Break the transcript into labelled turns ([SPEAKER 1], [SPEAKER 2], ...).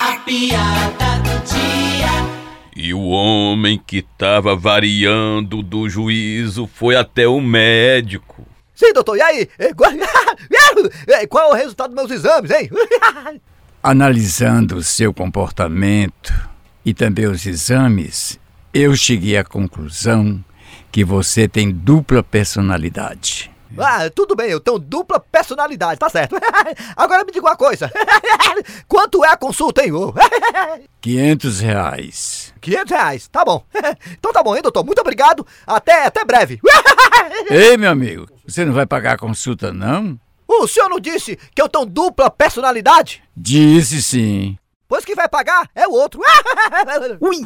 [SPEAKER 1] A piada do dia.
[SPEAKER 2] E o homem que estava variando do juízo foi até o médico.
[SPEAKER 3] Sim, doutor, e aí? É, qua- É, Qual é o resultado dos meus exames, hein?
[SPEAKER 4] Analisando o seu comportamento e também os exames, eu cheguei à conclusão que você tem dupla personalidade.
[SPEAKER 3] Ah, tudo bem, eu tenho dupla personalidade, tá certo. Agora me diga uma coisa. Quanto é a consulta, hein? ô?
[SPEAKER 4] 500 reais.
[SPEAKER 3] 500 reais, tá bom. Então tá bom, hein, doutor? Muito obrigado. Até, até breve.
[SPEAKER 4] Ei, meu amigo, você não vai pagar a consulta, não?
[SPEAKER 3] O senhor não disse que eu tenho dupla personalidade?
[SPEAKER 4] Disse sim.
[SPEAKER 3] Pois quem vai pagar é o outro. Ui!